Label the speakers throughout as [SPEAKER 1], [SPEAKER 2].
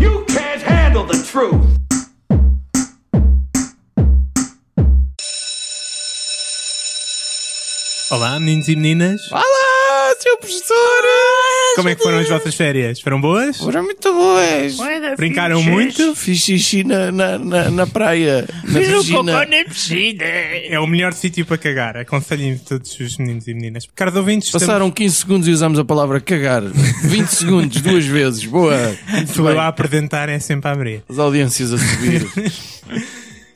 [SPEAKER 1] You can't handle the truth.
[SPEAKER 2] Olá, meninos e meninas.
[SPEAKER 3] Olá, seu professor!
[SPEAKER 2] Como é que foram as vossas férias? Foram boas?
[SPEAKER 3] Foram muito boas!
[SPEAKER 2] Brincaram muito?
[SPEAKER 3] Fiz xixi na, na, na, na praia. Na piscina.
[SPEAKER 2] É o melhor sítio para cagar. Aconselho-me todos os meninos e meninas. Caros ouvintes, estamos...
[SPEAKER 3] Passaram 15 segundos e usamos a palavra cagar. 20 segundos, duas vezes. Boa! Muito
[SPEAKER 2] Sou eu
[SPEAKER 3] bem.
[SPEAKER 2] a apresentar, é sempre a abrir.
[SPEAKER 3] As audiências a subir.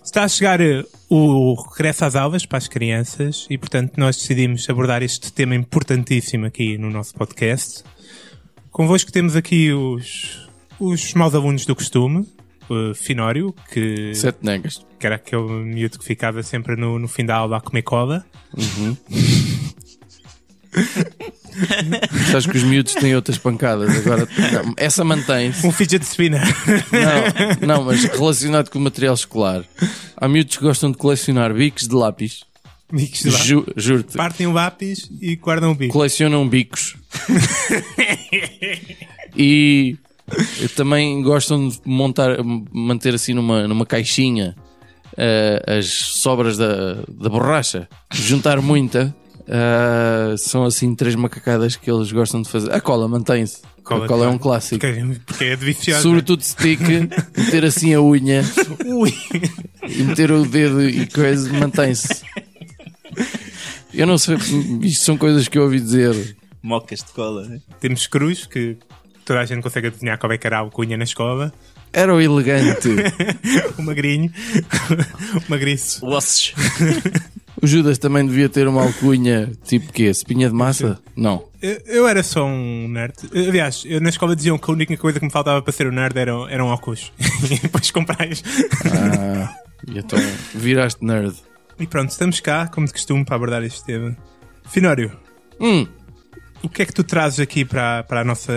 [SPEAKER 2] Está a chegar eh, o regresso às aulas para as crianças e, portanto, nós decidimos abordar este tema importantíssimo aqui no nosso podcast. Convosco temos aqui os, os maus alunos do costume. eh, Finório, que,
[SPEAKER 3] Sete negas.
[SPEAKER 2] que era aquele miúdo que ficava sempre no, no fim da aula a comer cola.
[SPEAKER 3] Sabes que os miúdos têm outras pancadas. Agora, não, essa mantém-se.
[SPEAKER 2] Um fidget spinner.
[SPEAKER 3] Não, não, mas relacionado com o material escolar. Há miúdos que gostam de colecionar bicos de lápis.
[SPEAKER 2] Bicos de lápis.
[SPEAKER 3] Ju- Juro-te.
[SPEAKER 2] Partem o lápis e guardam o bico.
[SPEAKER 3] colecionam bicos e também gostam de montar, manter assim numa, numa caixinha eh, as sobras da, da borracha, juntar muita. eh, são assim três macacadas que eles gostam de fazer. A cola mantém-se.
[SPEAKER 2] Cola,
[SPEAKER 3] a cola é
[SPEAKER 2] claro.
[SPEAKER 3] um clássico.
[SPEAKER 2] Porque, porque é de viciosa.
[SPEAKER 3] Sobretudo stick, meter assim a unha
[SPEAKER 2] Ui.
[SPEAKER 3] e meter o dedo e coisa, mantém-se. Eu não sei, isto são coisas que eu ouvi dizer.
[SPEAKER 4] Mocas de cola. né?
[SPEAKER 2] Temos cruz, que toda a gente consegue adivinhar qual é que era a alcunha na escola.
[SPEAKER 3] Era o elegante.
[SPEAKER 2] O magrinho. o magriço.
[SPEAKER 4] Ossos.
[SPEAKER 3] O Judas também devia ter uma alcunha tipo quê? Espinha de massa? Não.
[SPEAKER 2] Eu, eu era só um nerd. Eh, Aliás, eu na escola diziam que a única coisa que me faltava para ser um nerd eram, eram óculos. e depois comprais.
[SPEAKER 3] Ah, e então viraste nerd.
[SPEAKER 2] E pronto, estamos cá, como de costume, para abordar este tema. Finório,
[SPEAKER 3] Hum,
[SPEAKER 2] o que é que tu trazes aqui para, para a nossa.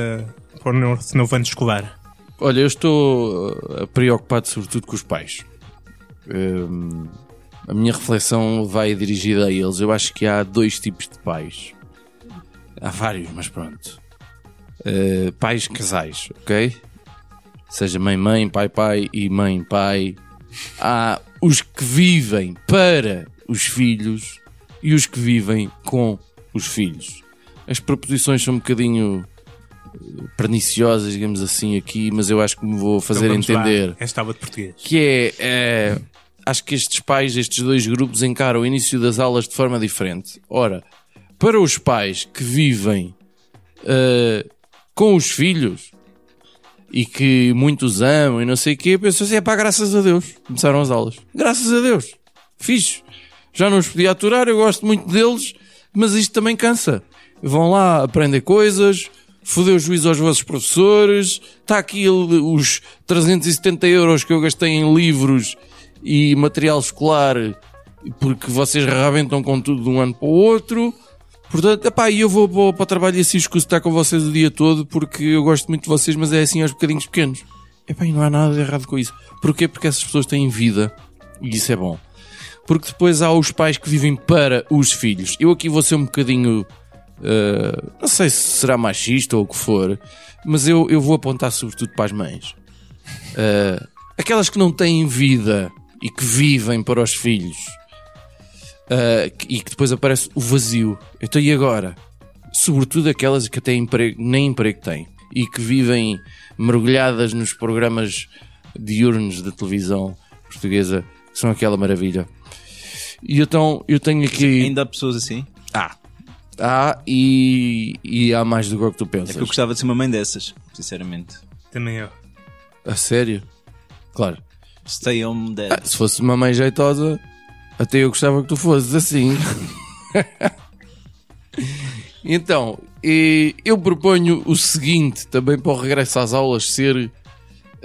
[SPEAKER 2] para o nosso novo ano escolar?
[SPEAKER 3] olha, eu estou uh, preocupado sobretudo com os pais. Hum, a minha reflexão vai dirigida a eles. Eu acho que há dois tipos de pais. Há vários, mas pronto. Uh, pais casais, ok? Seja mãe-mãe, pai-pai e mãe-pai. Há os que vivem para os filhos e os que vivem com os filhos. As proposições são um bocadinho uh, perniciosas, digamos assim, aqui, mas eu acho que me vou fazer
[SPEAKER 2] Então vamos lá.
[SPEAKER 3] entender
[SPEAKER 2] Esta aula de português.
[SPEAKER 3] que é, eh, acho que estes pais, estes dois grupos encaram o início das aulas de forma diferente. Ora, para os pais que vivem eh, com os filhos e que muitos amam e não sei o quê, pensam assim, é pá, graças a Deus, começaram as aulas. Graças a Deus, fixe. Já não os podia aturar, eu gosto muito deles, mas isto também cansa. Vão lá aprender coisas, foder o juízo aos vossos professores, está aqui ele- os 370 euros que eu gastei em livros e material escolar, porque vocês rebentam com tudo de um ano para o outro. Portanto, epá, e eu vou para, o- para o trabalho e assim escuso estar com vocês o dia todo, porque eu gosto muito de vocês, mas é assim aos bocadinhos pequenos. Epá, e não há nada de errado com isso. Porquê? Porque essas pessoas têm vida, e isso é bom porque depois há os pais que vivem para os filhos. Eu aqui vou ser um bocadinho. eh, não sei se será machista ou o que for, mas eu, eu vou apontar sobretudo para as mães. Eh, aquelas que não têm vida e que vivem para os filhos eh, que- e que depois aparece o vazio. Então e agora? Sobretudo aquelas que até emprego, nem emprego têm e que vivem mergulhadas nos programas diurnos da televisão portuguesa, que são aquela maravilha. E então eu tenho aqui.
[SPEAKER 4] Ainda há pessoas assim.
[SPEAKER 3] Ah, há e, e há mais do que o que tu
[SPEAKER 4] É
[SPEAKER 3] pensas.
[SPEAKER 4] que eu gostava de ser uma mãe dessas, sinceramente.
[SPEAKER 2] Também é eu.
[SPEAKER 3] A sério? Claro.
[SPEAKER 4] Stay home dead.
[SPEAKER 3] Ah, se fosse uma mãe jeitosa, até eu gostava que tu fosses assim. então, eh, eu proponho o seguinte também para o regresso às aulas ser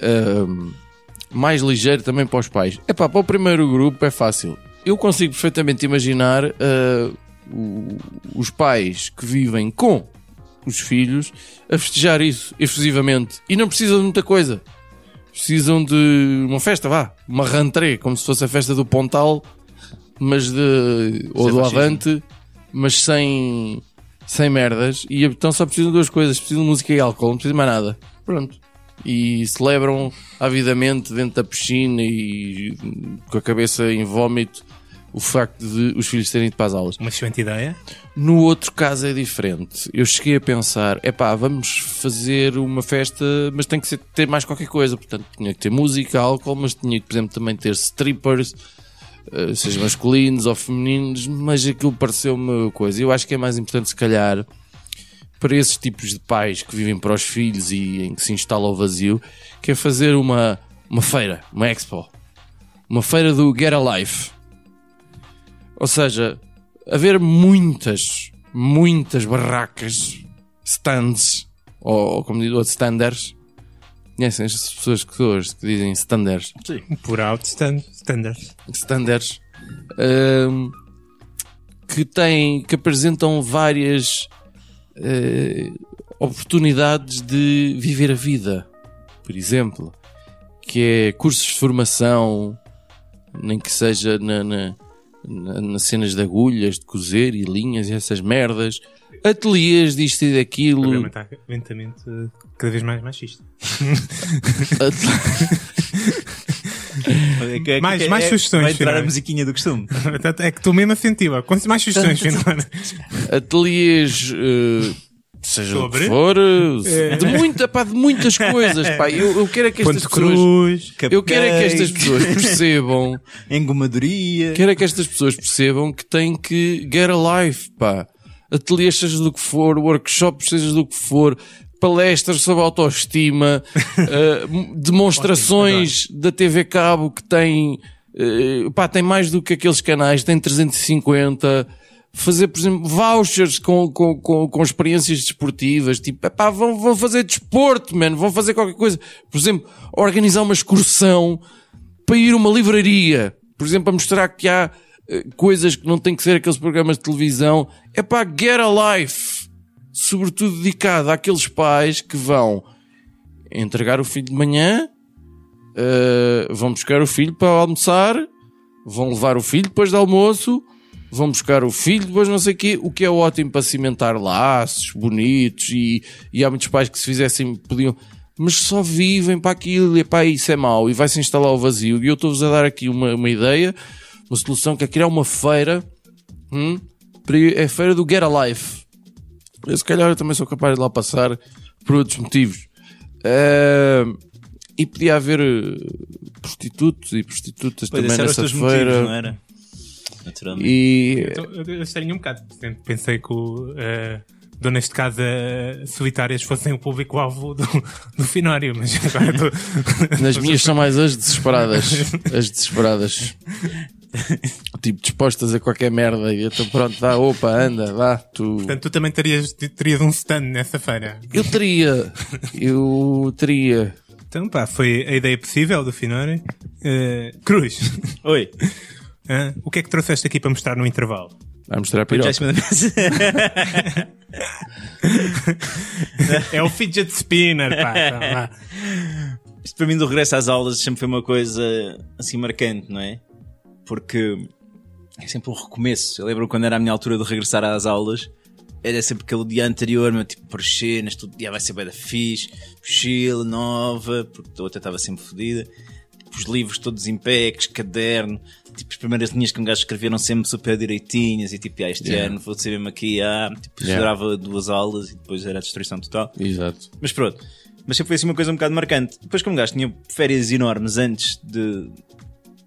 [SPEAKER 3] ahm, mais ligeiro também para os pais. É pá, para o primeiro grupo é fácil. Eu consigo perfeitamente imaginar ah, o- os pais que vivem com os filhos a festejar isso efusivamente e não precisam de muita coisa. precisam de uma festa, vá, uma rentrée, como se fosse a festa do Pontal, mas de. ou
[SPEAKER 4] Sem
[SPEAKER 3] do
[SPEAKER 4] fascismo.
[SPEAKER 3] Avante, mas sem. sem merdas. E então só precisam de duas coisas: precisam de música e álcool, não precisam de mais nada. Pronto. E celebram avidamente dentro da piscina e com a cabeça em vómito o facto de os filhos terem ido para as aulas.
[SPEAKER 2] Uma excelente ideia.
[SPEAKER 3] No outro caso é diferente. Eu cheguei a pensar, epá, vamos fazer uma festa, mas tem que ser- ter mais qualquer coisa. Portanto, tinha que ter música, álcool, mas tinha que, por exemplo, também ter strippers, eh, seja masculinos ou femininos, mas aquilo pareceu-me coisa. Eu acho que é mais importante, se calhar, para esses tipos de pais que vivem para os filhos e em que se instala o vazio, que é fazer uma, uma feira, uma expo. Uma feira do Get Alive. Ou seja, haver muitas, muitas barracas, stands, ou, ou como diz o outro, standers. Conhecem as pessoas que, hoje que dizem standers?
[SPEAKER 2] Por alto stand- standard.
[SPEAKER 3] standards ahm, que têm, que apresentam várias eh, oportunidades de viver a vida, por exemplo, que é cursos de formação, nem que seja na, na- na- nas cenas de agulhas, de cozer e linhas e essas merdas, ateliês disto e
[SPEAKER 2] O
[SPEAKER 3] daquilo,
[SPEAKER 2] programa está lentamente eh, cada vez mais machista.
[SPEAKER 3] atel- Ah,
[SPEAKER 4] É que- é que-
[SPEAKER 2] Mais-
[SPEAKER 4] é-
[SPEAKER 2] mais
[SPEAKER 4] é-
[SPEAKER 2] sugestões,
[SPEAKER 4] Vai entrar a
[SPEAKER 2] finalmente.
[SPEAKER 4] musiquinha do costume.
[SPEAKER 2] Portanto, é que tu mesmo acentiva. Quantas mais sugestões, Fernando?
[SPEAKER 3] ateliês. eh, Seja o que
[SPEAKER 2] Sobre?
[SPEAKER 3] for, eh, de, muita, pá, de muitas coisas, pá. Eu, eu quero é que estas
[SPEAKER 2] É. Ponto
[SPEAKER 3] pessoas.
[SPEAKER 2] Cruz.
[SPEAKER 3] Eu quero é que estas
[SPEAKER 4] Cupcake,
[SPEAKER 3] pessoas percebam,
[SPEAKER 4] Engomadoria.
[SPEAKER 3] quero é que estas pessoas percebam que têm que get a life, pá. Ateliês, seja do que for, workshops, seja do que for, palestras sobre autoestima, eh, m- demonstrações da TV Cabo que têm, eh, pá, tem mais do que aqueles canais, tem 350. Fazer, por exemplo, vouchers com, com, com, com experiências desportivas, tipo, pá, vão, vão fazer desporto, mano, vão fazer qualquer coisa. Por exemplo, organizar uma excursão para ir a uma livraria, por exemplo, para mostrar que há eh, coisas que não têm que ser aqueles programas de televisão, é para Get a Life, sobretudo dedicado àqueles pais que vão entregar o filho de manhã, eh, vão buscar o filho para almoçar, vão levar o filho depois de almoço, vão buscar o filho depois não sei o quê, o que é ótimo para cimentar laços bonitos e, e há muitos pais que se fizessem podiam, mas só vivem para aquilo e pá, isso é mau e vai-se instalar o vazio e eu estou-vos a dar aqui uma, uma ideia, uma solução que é criar uma feira, hum, para ir- é a feira do Get Alive. Eu, se calhar eu também sou capaz de lá passar por outros motivos. Ahm, e podia haver eh, prostitutos e prostitutas
[SPEAKER 4] Pois,
[SPEAKER 3] também
[SPEAKER 4] esses eram os
[SPEAKER 3] nessa
[SPEAKER 4] teus
[SPEAKER 3] feira.
[SPEAKER 4] motivos, não é? era? Naturalmente.
[SPEAKER 3] E
[SPEAKER 2] Então, eu- eu estranho um bocado. por exemplo, Pensei que o, eh, donas de casa eh, solitárias fossem o público-alvo do, do finório, mas agora estou.
[SPEAKER 3] nas minhas são mais as desesperadas. As desesperadas. tipo, dispostas a qualquer merda. E então pronto, vá, opa, anda, vá, tu.
[SPEAKER 2] Portanto, tu também terias, terias um stand nessa feira.
[SPEAKER 3] Eu teria. Eu teria.
[SPEAKER 2] Então, pá, foi a ideia possível do finório. Eh, Cruz,
[SPEAKER 4] Oi.
[SPEAKER 2] hã? o que é que trouxeste aqui para mostrar no intervalo?
[SPEAKER 3] Vai mostrar a
[SPEAKER 4] Já em
[SPEAKER 3] piroca.
[SPEAKER 4] cima da mesa.
[SPEAKER 2] É o fidget spinner, pá. Então, vá.
[SPEAKER 4] Isto para mim do regresso às aulas sempre foi uma coisa assim marcante, não é? Porque é sempre um recomeço. Eu lembro quando era a minha altura de regressar às aulas, era sempre aquele dia anterior, meu tipo, por cenas, todo dia vai ser bem da fixe, mochila nova, porque a outra estava sempre fodida, tipo, os livros todos em pecs, caderno, tipo, as primeiras linhas que um gajo escrevia eram sempre super direitinhas e tipo, ah, este
[SPEAKER 3] Yeah.
[SPEAKER 4] ano vou ser mesmo aqui, ah, tipo,
[SPEAKER 3] Yeah.
[SPEAKER 4] durava duas aulas e depois era a destruição total.
[SPEAKER 3] é Exato.
[SPEAKER 4] Mas pronto. Mas sempre foi assim uma coisa um bocado marcante. Depois, como gajo tinha férias enormes antes de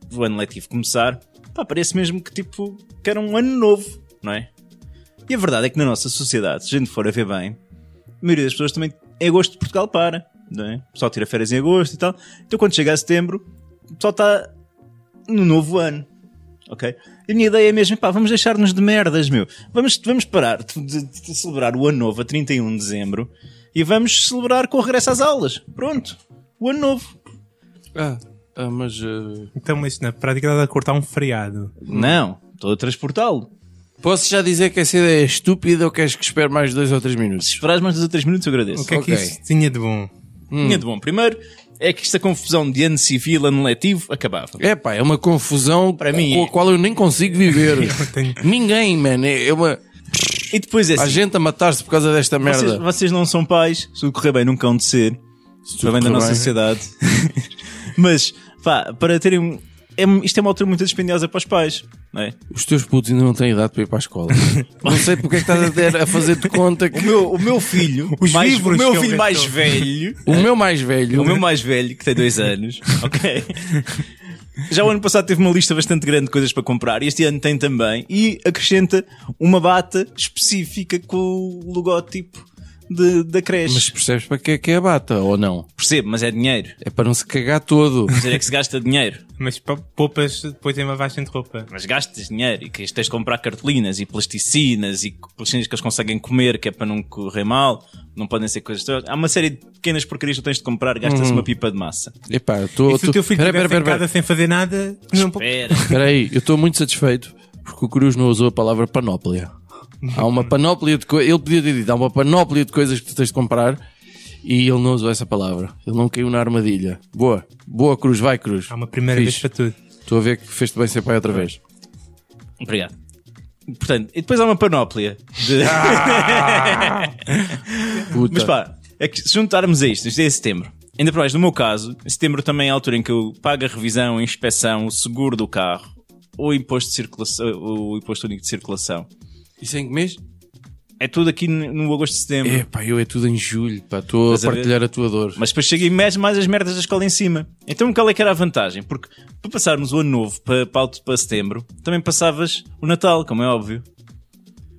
[SPEAKER 4] do ano letivo começar, pá, parece mesmo que tipo que era um ano novo, não é? E a verdade é que na nossa sociedade, se a gente for a ver bem, a maioria das pessoas também é agosto de Portugal para, não é? O pessoal tira férias em agosto e tal. Então quando chega a setembro, o pessoal está no novo ano. Ok? E a minha ideia é mesmo, pá, vamos deixar-nos de merdas, meu. Vamos, vamos parar de, de- de celebrar o ano novo a 31 de dezembro e vamos celebrar com o regresso às aulas. Pronto. O ano novo.
[SPEAKER 3] Ah, ah, mas. eh,
[SPEAKER 2] Então, mas na prática dá a cortar um feriado.
[SPEAKER 3] Hum.
[SPEAKER 4] Não, estou a transportá-lo.
[SPEAKER 3] posso já dizer que essa ideia é estúpida ou queres que espere mais dois ou três minutos?
[SPEAKER 4] Se esperares mais dois ou três minutos, eu agradeço.
[SPEAKER 2] O que é que
[SPEAKER 3] Ok.
[SPEAKER 2] isto tinha de bom?
[SPEAKER 4] Tinha de bom. Primeiro, é que esta confusão de ano civil, ano letivo, acabava.
[SPEAKER 3] É pá, é uma confusão
[SPEAKER 4] Para mim
[SPEAKER 3] com
[SPEAKER 4] é.
[SPEAKER 3] a qual eu nem consigo viver. Ninguém, mano. É é uma...
[SPEAKER 4] E depois é
[SPEAKER 3] Há
[SPEAKER 4] assim,
[SPEAKER 3] gente a matar-se por causa desta
[SPEAKER 4] vocês,
[SPEAKER 3] merda.
[SPEAKER 4] vocês não são pais, se tudo correr bem nunca hão de ser,
[SPEAKER 3] tudo
[SPEAKER 4] também da
[SPEAKER 3] correr
[SPEAKER 4] nossa
[SPEAKER 3] bem.
[SPEAKER 4] sociedade. Mas, pá, para terem... um- É, isto é uma altura muito dispendiosa para os pais, não é?
[SPEAKER 3] Os teus putos ainda não têm idade para ir para a escola. não sei porque é que estás a, ter- a fazer de conta que
[SPEAKER 4] O meu, o meu filho,
[SPEAKER 2] Os
[SPEAKER 4] mais,
[SPEAKER 2] livros
[SPEAKER 4] o meu
[SPEAKER 2] que ele
[SPEAKER 4] filho mais
[SPEAKER 2] gastou.
[SPEAKER 4] velho,
[SPEAKER 3] o meu mais velho.
[SPEAKER 4] o meu mais velho, que tem dois anos, ok? Já o ano passado teve uma lista bastante grande de coisas para comprar, e este ano tem também, e acrescenta uma bata específica com o logotipo de- da creche.
[SPEAKER 3] Mas percebes para que é que é a bata ou não?
[SPEAKER 4] Percebo, mas é dinheiro.
[SPEAKER 3] É para não se cagar todo.
[SPEAKER 4] Quer dizer, é que se gasta dinheiro,
[SPEAKER 2] Mas pa- poupas depois em lavagem de roupa.
[SPEAKER 4] mas gastas dinheiro, e que tens de comprar cartolinas e plasticinas e plasticinas que eles conseguem comer, que é para não correr mal, não podem ser coisas. todas. Há uma série de pequenas porcarias que tu tens de comprar, gastas uma pipa de massa.
[SPEAKER 3] Epá, eu estou.
[SPEAKER 2] E se o teu filho
[SPEAKER 3] Espera,
[SPEAKER 2] estiver
[SPEAKER 3] espera,
[SPEAKER 2] em
[SPEAKER 3] espera.
[SPEAKER 2] casa sem fazer nada, não
[SPEAKER 4] Espera.
[SPEAKER 3] Espera aí, eu estou muito satisfeito porque o Cruz não usou a palavra panóplia. Há uma panóplia de coisas. Ele podia ter dito: há uma panóplia de coisas que tu tens de comprar e ele não usou essa palavra. Ele não caiu na armadilha. Boa, boa Cruz, vai Cruz.
[SPEAKER 2] Há uma primeira vez
[SPEAKER 3] Fixe.
[SPEAKER 2] para tudo.
[SPEAKER 3] Estou a ver que fez-te bem ser pai outra vez.
[SPEAKER 4] Obrigado. Portanto, e depois há uma panóplia de.
[SPEAKER 3] Ah, Puta.
[SPEAKER 4] Mas pá, é que se juntarmos a isto, isto é setembro. Ainda para mais, no meu caso, setembro também é a altura em que eu pago a revisão, a inspeção, o seguro do carro, o imposto de circulação, o imposto único de circulação.
[SPEAKER 3] Isso é em que mês?
[SPEAKER 4] É tudo aqui no no agosto de setembro.
[SPEAKER 3] Epá, eu é tudo em julho. pá, Estou a
[SPEAKER 4] Estás a ver?
[SPEAKER 3] partilhar a tua dor.
[SPEAKER 4] Mas depois cheguei mais, mais as merdas da escola em cima. Então qual é que era a vantagem? Porque para passarmos o ano novo para, para, alto- para setembro, também passavas o Natal, como é óbvio.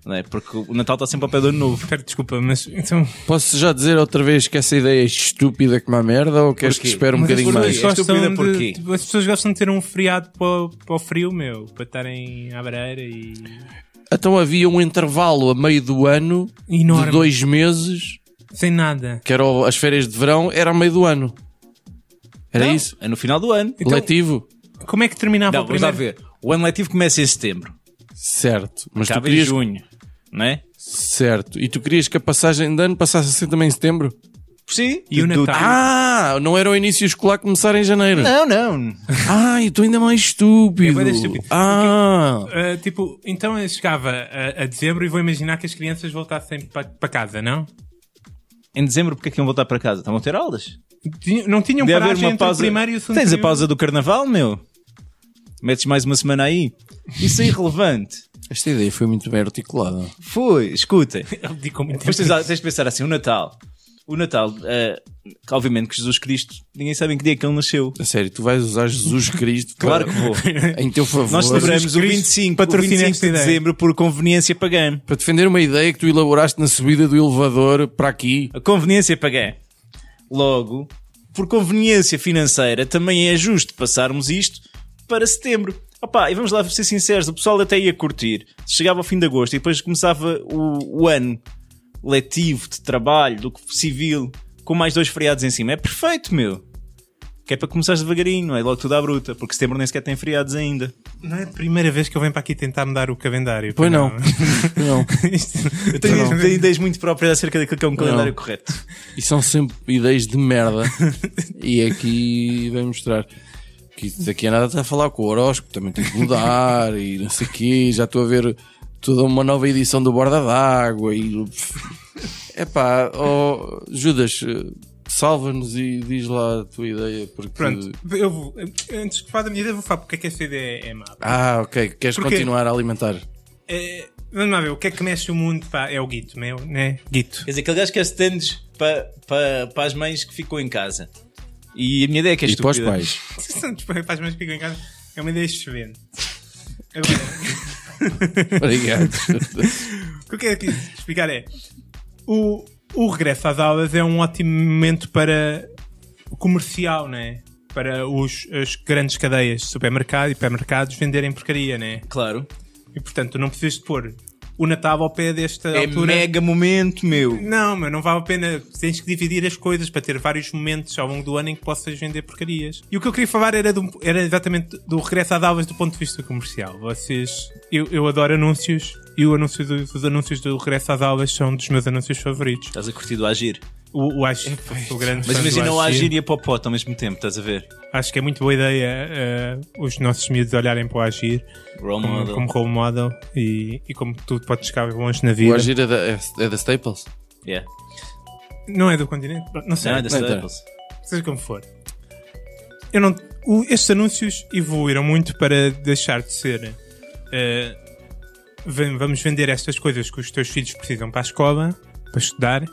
[SPEAKER 4] Não é? Porque o Natal está sempre ao pé do ano novo.
[SPEAKER 2] Espera, desculpa, mas então.
[SPEAKER 3] Posso já dizer outra vez que essa ideia é estúpida como a merda ou queres que
[SPEAKER 4] Porquê?
[SPEAKER 3] espere um
[SPEAKER 2] mas
[SPEAKER 3] bocadinho
[SPEAKER 2] as
[SPEAKER 3] mais?
[SPEAKER 2] pessoas
[SPEAKER 4] mais.
[SPEAKER 2] gostam
[SPEAKER 4] Estúpida
[SPEAKER 2] de-
[SPEAKER 4] porquê?
[SPEAKER 2] tipo, as pessoas gostam de ter um feriado para, o- para o frio, meu, para estarem à beira e.
[SPEAKER 3] Então havia um intervalo a meio do ano
[SPEAKER 2] Enorme.
[SPEAKER 3] de dois meses,
[SPEAKER 2] sem nada.
[SPEAKER 3] que eram as férias de verão, era a meio do ano. Era
[SPEAKER 4] Não,
[SPEAKER 3] isso?
[SPEAKER 4] É no final do ano.
[SPEAKER 3] Letivo?
[SPEAKER 2] Como é que terminava
[SPEAKER 4] Não,
[SPEAKER 2] o
[SPEAKER 4] vamos lá
[SPEAKER 2] Então, primeiro?
[SPEAKER 4] ver. O ano letivo começa em setembro.
[SPEAKER 3] Certo. Mas tu
[SPEAKER 4] Acaba em
[SPEAKER 3] querias...
[SPEAKER 4] junho, não é?
[SPEAKER 3] Certo. E tu querias que a passagem de ano passasse assim também em setembro?
[SPEAKER 4] Sim.
[SPEAKER 2] E o
[SPEAKER 4] Do-
[SPEAKER 2] Natal?
[SPEAKER 3] Ah, não era o início escolar começar em janeiro.
[SPEAKER 4] Não, não.
[SPEAKER 3] Ah, eu estou ainda mais estúpido.
[SPEAKER 2] É bué de estúpido.
[SPEAKER 3] Ah,
[SPEAKER 2] Ah, tipo, então eu chegava a, a dezembro e vou imaginar que as crianças voltassem para, para casa, não?
[SPEAKER 4] Em dezembro, porque é que iam voltar para casa? Estavam a ter aulas.
[SPEAKER 2] Tinha- Não tinham
[SPEAKER 4] Deve haver
[SPEAKER 2] paragem
[SPEAKER 4] uma
[SPEAKER 2] entre
[SPEAKER 4] pausa.
[SPEAKER 2] o primeiro e o segundo.
[SPEAKER 4] Tens a pausa do carnaval, meu? Metes mais uma semana aí? Isso é irrelevante.
[SPEAKER 3] esta ideia foi muito bem articulada.
[SPEAKER 4] Foi, escutem.
[SPEAKER 2] Ele diz com muito
[SPEAKER 4] Mas tens,
[SPEAKER 2] tempo.
[SPEAKER 4] tens de pensar assim: o Natal. O Natal, eh, que obviamente que Jesus Cristo, ninguém sabe em que dia que ele nasceu.
[SPEAKER 3] A sério, tu vais usar Jesus Cristo
[SPEAKER 4] Claro
[SPEAKER 3] para-
[SPEAKER 4] que vou.
[SPEAKER 3] em teu favor
[SPEAKER 4] Nós celebramos o
[SPEAKER 2] Cristo
[SPEAKER 4] 25, o
[SPEAKER 2] patrocina
[SPEAKER 4] 25
[SPEAKER 2] esta
[SPEAKER 4] de
[SPEAKER 2] ideia.
[SPEAKER 4] dezembro por conveniência pagã.
[SPEAKER 3] para defender uma ideia que tu elaboraste na subida do elevador para aqui.
[SPEAKER 4] A conveniência pagã. Logo, por conveniência financeira, também é justo passarmos isto para setembro. Opa, e vamos lá ser sinceros, o pessoal até ia curtir. Chegava ao fim de agosto e depois começava o, o ano letivo de trabalho, do que- civil, com mais dois feriados em cima. É perfeito, meu. Que é para começares devagarinho, não é logo tudo à bruta, porque setembro nem sequer tem feriados ainda.
[SPEAKER 2] Não é a primeira vez que eu venho para aqui tentar mudar o calendário.
[SPEAKER 3] Pois não. não.
[SPEAKER 2] Isto-
[SPEAKER 4] Eu tenho, tenho ideias muito próprias acerca daquilo que é um calendário correto.
[SPEAKER 3] E são sempre ideias de merda. e aqui vem mostrar que daqui a nada está a falar com o horóscopo, também tem que mudar e não sei o quê. Já estou a ver toda uma nova edição do Borda d'Água e. Epá, oh, Judas, eh, salva-nos e diz lá a tua ideia porque.
[SPEAKER 2] Pronto, eu vou, antes de falar da minha ideia, vou falar porque é que esta ideia é má.
[SPEAKER 3] Ah, ok, queres
[SPEAKER 2] Porquê?
[SPEAKER 3] continuar a alimentar?
[SPEAKER 2] É, vamos lá ver, o que é que mexe o mundo? Pá, é o Guito, meu, né? Guito.
[SPEAKER 4] Quer dizer, aquele gajo que acendes para pa, pa as mães que ficam em casa. E a minha ideia é que é
[SPEAKER 3] E para os
[SPEAKER 4] estúpida.
[SPEAKER 3] pais.
[SPEAKER 2] Faz mais pico em casa. É uma ideia excelente. Agora,
[SPEAKER 3] Obrigado.
[SPEAKER 2] o que eu quero aqui explicar é: o, o regresso às aulas é um ótimo momento para o comercial, né? Para os, as grandes cadeias de supermercado e supermercados venderem porcaria, né?
[SPEAKER 4] Claro.
[SPEAKER 2] E portanto, tu não precisas de pôr o Natal ao pé desta
[SPEAKER 4] É
[SPEAKER 2] altura.
[SPEAKER 4] mega momento, meu.
[SPEAKER 2] Não, mas não vale a pena. Tens que dividir as coisas para ter vários momentos ao longo do ano em que possas vender porcarias. E o que eu queria falar era, do- era exatamente do regresso às aulas do ponto de vista comercial. Vocês. Eu, eu adoro anúncios e o anúncio do- os anúncios do regresso às aulas são dos um meus anúncios favoritos.
[SPEAKER 4] Estás a curtir do agir.
[SPEAKER 2] o, o Ash, sou grande
[SPEAKER 4] É, Mas
[SPEAKER 2] fã do
[SPEAKER 4] imagina o
[SPEAKER 2] Ashir.
[SPEAKER 4] Agir e a Popota ao mesmo tempo, estás a ver?
[SPEAKER 2] Acho que é muito boa ideia eh, os nossos miúdos olharem para o Agir
[SPEAKER 4] Role
[SPEAKER 2] como,
[SPEAKER 4] model.
[SPEAKER 2] como role model e, e como tu podes chegar longe na
[SPEAKER 3] O
[SPEAKER 2] vida.
[SPEAKER 3] Agir é da, é, é da Staples.
[SPEAKER 4] Yeah.
[SPEAKER 2] Não é do continente? Não sei,
[SPEAKER 4] Não, é da
[SPEAKER 3] Não interessa.
[SPEAKER 4] Staples.
[SPEAKER 2] seja como for. Eu não, o- estes anúncios evoluíram muito para deixar de ser eh, vem- vamos vender estas coisas que os teus filhos precisam para a escola, para estudar.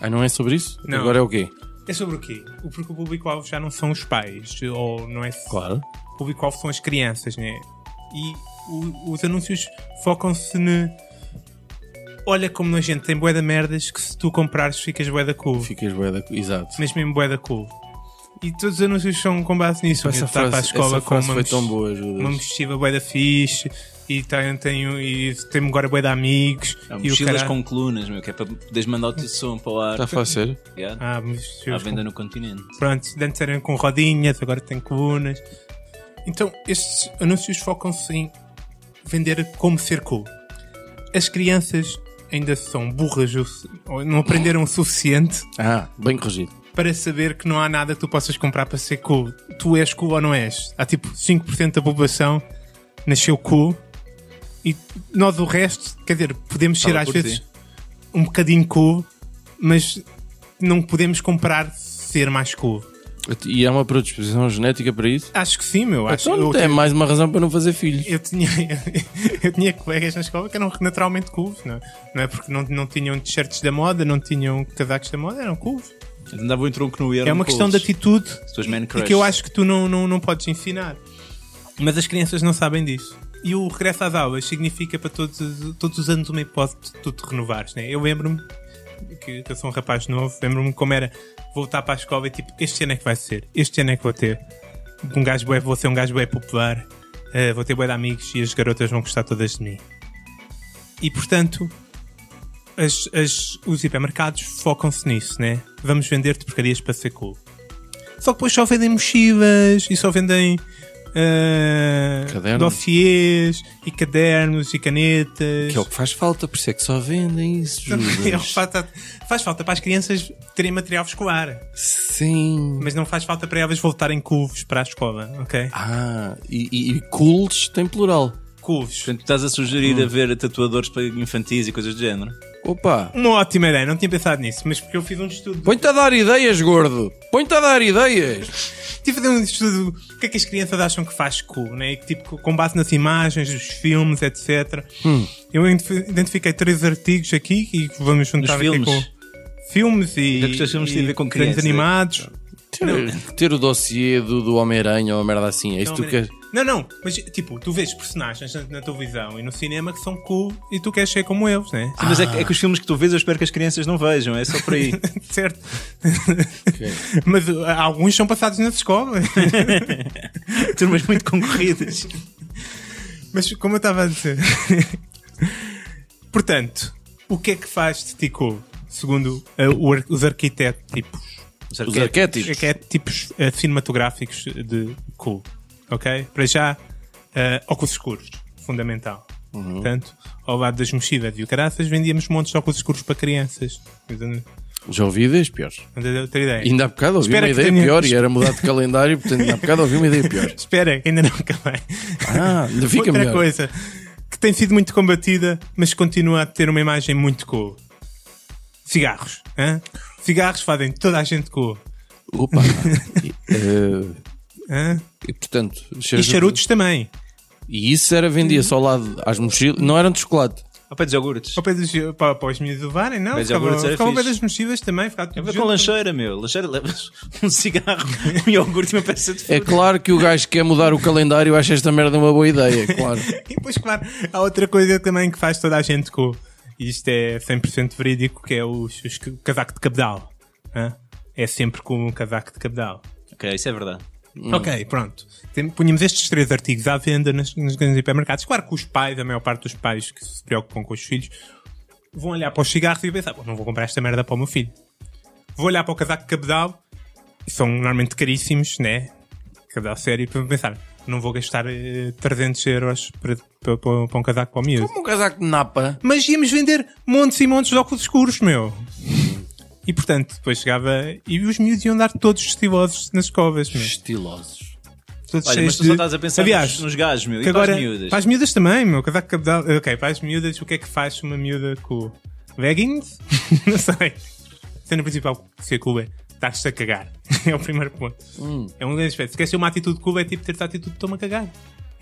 [SPEAKER 3] Ah, não é sobre isso?
[SPEAKER 2] Não.
[SPEAKER 3] Agora é o quê?
[SPEAKER 2] É sobre o quê? O, porque o público-alvo já não são os pais, ou não é
[SPEAKER 3] Claro.
[SPEAKER 2] o público-alvo são as crianças, né? E o- os anúncios focam-se no. Olha como a gente tem bué da merdas que se tu comprares ficas bué da cool.
[SPEAKER 3] Ficas bué da... Exato.
[SPEAKER 2] Mas mesmo bué da cool. E todos os anúncios são com base nisso.
[SPEAKER 3] Essa
[SPEAKER 2] O miúdo tá para a
[SPEAKER 3] frase,
[SPEAKER 2] escola
[SPEAKER 3] essa
[SPEAKER 2] com
[SPEAKER 3] frase
[SPEAKER 2] uma,
[SPEAKER 3] foi
[SPEAKER 2] moch-
[SPEAKER 3] tão boa, Judas.
[SPEAKER 2] uma mochila bué da fixe e tem, tenho, e tenho agora bué de amigos.
[SPEAKER 4] Há
[SPEAKER 2] e o
[SPEAKER 4] mochilas
[SPEAKER 2] cara-
[SPEAKER 4] com colunas, meu, que é para poderes mandar o teu som para o ar.
[SPEAKER 3] Está a falar sério?
[SPEAKER 4] Yeah.
[SPEAKER 2] Ah, mochilas
[SPEAKER 4] À
[SPEAKER 2] com
[SPEAKER 4] venda no continente.
[SPEAKER 2] Pronto, antes eram com rodinhas, agora tem colunas. Então, estes anúncios focam-se em vender como ser cool. As crianças ainda são burras ou se- ou não aprenderam o suficiente
[SPEAKER 3] Ah, bem corrigido.
[SPEAKER 2] para saber que não há nada que tu possas comprar para ser cool. Tu és cool ou não és? Há tipo 5% da população nasceu cool e nós o resto, quer dizer, podemos ser
[SPEAKER 4] Fala
[SPEAKER 2] às
[SPEAKER 4] por
[SPEAKER 2] vezes
[SPEAKER 4] ti.
[SPEAKER 2] um bocadinho cool, mas não podemos comparar ser mais cool.
[SPEAKER 3] E há uma predisposição genética para isso?
[SPEAKER 2] Acho que sim, meu. Acho,
[SPEAKER 3] Então
[SPEAKER 2] eu,
[SPEAKER 3] é mais uma razão para não fazer filhos.
[SPEAKER 2] eu tinha, eu tinha colegas na escola que eram naturalmente curvos, não é? Não é porque não, não tinham t-shirts da moda, não tinham casacos da moda, eram curvos.
[SPEAKER 4] Andava em tronco um no erro.
[SPEAKER 2] É uma questão de atitude
[SPEAKER 4] tuas man
[SPEAKER 2] e
[SPEAKER 4] crush.
[SPEAKER 2] que eu acho que tu não, não, não podes ensinar. Mas as crianças não sabem disso. E o regresso às aulas significa para todos, todos os anos uma hipótese de tu te renovares, né? Eu lembro-me que, que eu sou um rapaz novo, lembro-me como era voltar para a escola e tipo, este ano é que vai ser, este ano é que vou ter. Um gajo bué, vou ser um gajo bué popular, eh, vou ter bué de amigos e as garotas vão gostar todas de mim. E portanto, as- as- os hipermercados focam-se nisso, né? Vamos vender-te porcarias para ser cool. Só que depois só vendem mochilas e só vendem ah,
[SPEAKER 3] Cadernos.
[SPEAKER 2] dossiês e cadernos e canetas.
[SPEAKER 3] Que é o que faz falta, por isso é que só vendem isso,
[SPEAKER 2] É o
[SPEAKER 3] Judas.
[SPEAKER 2] que faz, faz falta para as crianças terem material escolar,
[SPEAKER 3] Sim.
[SPEAKER 2] mas não faz falta para elas voltarem curvos para a escola, ok?
[SPEAKER 3] Ah, e, e, e cools tem plural.
[SPEAKER 2] Curvos.
[SPEAKER 4] Portanto, estás a sugerir
[SPEAKER 2] Hum.
[SPEAKER 4] a ver tatuadores para infantis e coisas do género.
[SPEAKER 3] Opa!
[SPEAKER 2] Uma ótima ideia, não tinha pensado nisso, mas porque eu fiz um estudo.
[SPEAKER 3] Põe-te a dar ideias, gordo! Põe-te a dar ideias!
[SPEAKER 2] Tive de fazer um estudo do que é que as crianças acham que faz cool, né? E que, tipo, com base nas imagens, dos filmes, etc. Eu identif- identifiquei três artigos aqui e vamos juntar
[SPEAKER 4] Dos
[SPEAKER 2] aqui
[SPEAKER 4] filmes?
[SPEAKER 2] com filmes e,
[SPEAKER 4] Já que os filmes têm a ver com
[SPEAKER 2] desenhos
[SPEAKER 4] crianças, é?
[SPEAKER 2] animados.
[SPEAKER 3] Ter, ter o dossiê do, do Homem-Aranha ou uma merda assim, é isso que tu queres?
[SPEAKER 2] Não, não, mas tipo, tu vês personagens na, na televisão e no cinema que são cool e tu queres ser como eles, né?
[SPEAKER 4] Sim, mas é que, é que os filmes que tu vês eu espero que as crianças não vejam, é só por aí.
[SPEAKER 2] certo. Mas uh, alguns são passados nas escolas.
[SPEAKER 4] Turmas muito concorridas.
[SPEAKER 2] Mas como eu estava a dizer. Portanto, o que é que faz de ti cool? Segundo uh, o ar- os arquitetos
[SPEAKER 3] Os arquétipos.
[SPEAKER 2] arquétipos uh, cinematográficos de cool. Ok? Para já, uh, óculos escuros, fundamental.
[SPEAKER 3] Uhum.
[SPEAKER 2] Portanto, ao lado das mochilas e o caraças, vendíamos montes de óculos escuros para crianças. Eu Não
[SPEAKER 3] Já ouvi ideias piores.
[SPEAKER 2] não tenho outra ideia.
[SPEAKER 3] Ainda há bocado ouvi
[SPEAKER 2] Espera
[SPEAKER 3] uma
[SPEAKER 2] que
[SPEAKER 3] ideia
[SPEAKER 2] tenha-
[SPEAKER 3] pior e era mudar de calendário, portanto, ainda há bocado ouvi uma ideia pior.
[SPEAKER 2] Espera, que ainda não acabei.
[SPEAKER 3] Ah, ainda fica
[SPEAKER 2] Outra
[SPEAKER 3] melhor.
[SPEAKER 2] coisa que tem sido muito combatida, mas continua a ter uma imagem muito cool. Cigarros. hã? Cigarros fazem toda a gente cool.
[SPEAKER 3] Opa! Eh,
[SPEAKER 2] hã?
[SPEAKER 3] e, portanto,
[SPEAKER 2] E charutos também.
[SPEAKER 3] E isso era vendia-se ao lado às mochilas, não eram de chocolate.
[SPEAKER 4] Ao pé dos iogurtes.
[SPEAKER 2] Ao pé dos- Para, para os miúdos levarem, não?
[SPEAKER 4] Mas é
[SPEAKER 2] Ficava
[SPEAKER 4] iogurtes era
[SPEAKER 2] ficava ao pé
[SPEAKER 4] fixe.
[SPEAKER 2] das mochilas também. Ficava tudo
[SPEAKER 4] É ver com
[SPEAKER 2] junto.
[SPEAKER 4] a lancheira, meu. Lancheira levas um cigarro, um iogurte e uma peça de
[SPEAKER 3] É claro que o gajo que quer mudar o calendário acha esta merda uma boa ideia, claro.
[SPEAKER 2] E depois, claro, há outra coisa também que faz toda a gente cool. E isto é 100% verídico, que é os, os ca- casaco de cabedal. hã? É sempre com um casaco de cabedal.
[SPEAKER 4] Ok, isso é verdade.
[SPEAKER 2] Ok, pronto. Tem- Punhamos estes três artigos à venda nas- nos grandes hipermercados. Claro que os pais, a maior parte dos pais que se preocupam com os filhos, vão olhar para os cigarros e pensar: "Bom, não vou comprar esta merda para o meu filho. Vou olhar para o casaco de cabedal, que são normalmente caríssimos, né? Cabedal sério, e vou pensar: não vou gastar eh, 300 euros para, para- para- para um casaco para o miúdo.
[SPEAKER 3] Como um casaco de napa.
[SPEAKER 2] Mas íamos vender montes e montes de óculos escuros, meu. E portanto, depois chegava e os miúdos iam dar todos estilosos nas covas, meu.
[SPEAKER 3] Estilosos.
[SPEAKER 2] Todos
[SPEAKER 4] Olha, mas
[SPEAKER 2] cheios
[SPEAKER 4] tu
[SPEAKER 2] de-
[SPEAKER 4] só estás a pensar
[SPEAKER 2] Aliás,
[SPEAKER 4] nos, nos gajos, meu.
[SPEAKER 2] que
[SPEAKER 4] e para as
[SPEAKER 2] agora,
[SPEAKER 4] miúdas.
[SPEAKER 2] para as miúdas também, meu. Casaco cabedal. Ok, para as miúdas, o que é que faz uma miúda com leggings? Não sei. A cena principal de ser cool é estar-se a cagar. É o primeiro ponto.
[SPEAKER 4] Hum.
[SPEAKER 2] É um grande aspecto. Se quer ser uma atitude cool, é tipo ter a atitude de estou-me a cagar.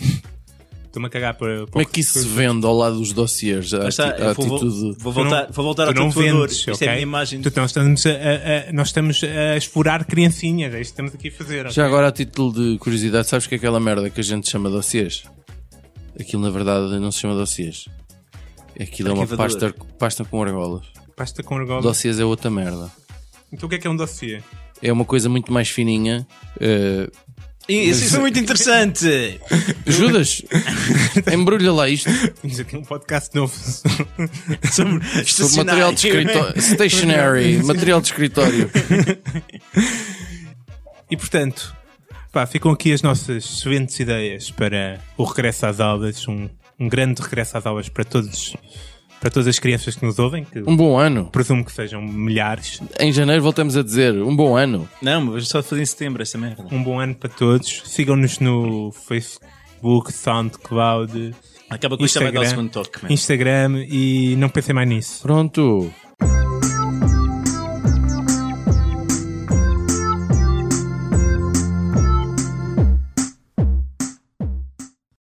[SPEAKER 2] Estou-me a cagar para. para
[SPEAKER 3] Como é
[SPEAKER 2] o
[SPEAKER 3] que isso se
[SPEAKER 2] futuro.
[SPEAKER 3] vende ao lado dos dossiers? A,
[SPEAKER 4] Mas tá,
[SPEAKER 3] ati- a
[SPEAKER 4] eu vou,
[SPEAKER 3] atitude.
[SPEAKER 4] vou
[SPEAKER 2] Tu não-
[SPEAKER 4] voltar, vou voltar
[SPEAKER 2] tu
[SPEAKER 4] ao
[SPEAKER 2] não
[SPEAKER 4] tatuador.
[SPEAKER 2] vendes,
[SPEAKER 4] Isto é a
[SPEAKER 2] ok?
[SPEAKER 4] minha imagem.
[SPEAKER 2] Tu- nós, estamos a, a- a- nós estamos a explorar criancinhas. É isto que estamos aqui a fazer. ok?
[SPEAKER 3] Já agora, a título de curiosidade, sabes que é aquela merda que a gente chama dossiers? Aquilo, na verdade, não se chama dossiers. Aquilo é uma pasta,
[SPEAKER 4] Arquivador.
[SPEAKER 3] pasta com argolas.
[SPEAKER 2] Basta com argola.
[SPEAKER 3] Dossiers é outra merda.
[SPEAKER 2] Então o que é que é um dossiê?
[SPEAKER 3] É uma coisa muito mais fininha. eh,
[SPEAKER 4] Ih, Isso, isso é muito interessante.
[SPEAKER 3] Judas, embrulha lá isto.
[SPEAKER 2] Temos aqui um podcast novo.
[SPEAKER 4] Sobre
[SPEAKER 3] Sobre material de
[SPEAKER 4] estacionário.
[SPEAKER 3] escritório. Stationary. material de escritório.
[SPEAKER 2] E portanto, pá, ficam aqui as nossas excelentes ideias para o regresso às aulas, um, um grande regresso às aulas para todos, para todas as crianças que nos ouvem, que
[SPEAKER 3] Um bom ano.
[SPEAKER 2] presumo que sejam milhares.
[SPEAKER 3] Em janeiro voltamos a dizer um bom ano.
[SPEAKER 4] Não, mas só fazer em setembro essa merda.
[SPEAKER 2] Um bom ano para todos. Sigam-nos no Facebook, SoundCloud,
[SPEAKER 4] Acaba com isto, já vai dar o
[SPEAKER 2] Instagram.
[SPEAKER 4] segundo toque, man.
[SPEAKER 2] Instagram e não pensem mais nisso.
[SPEAKER 3] Pronto.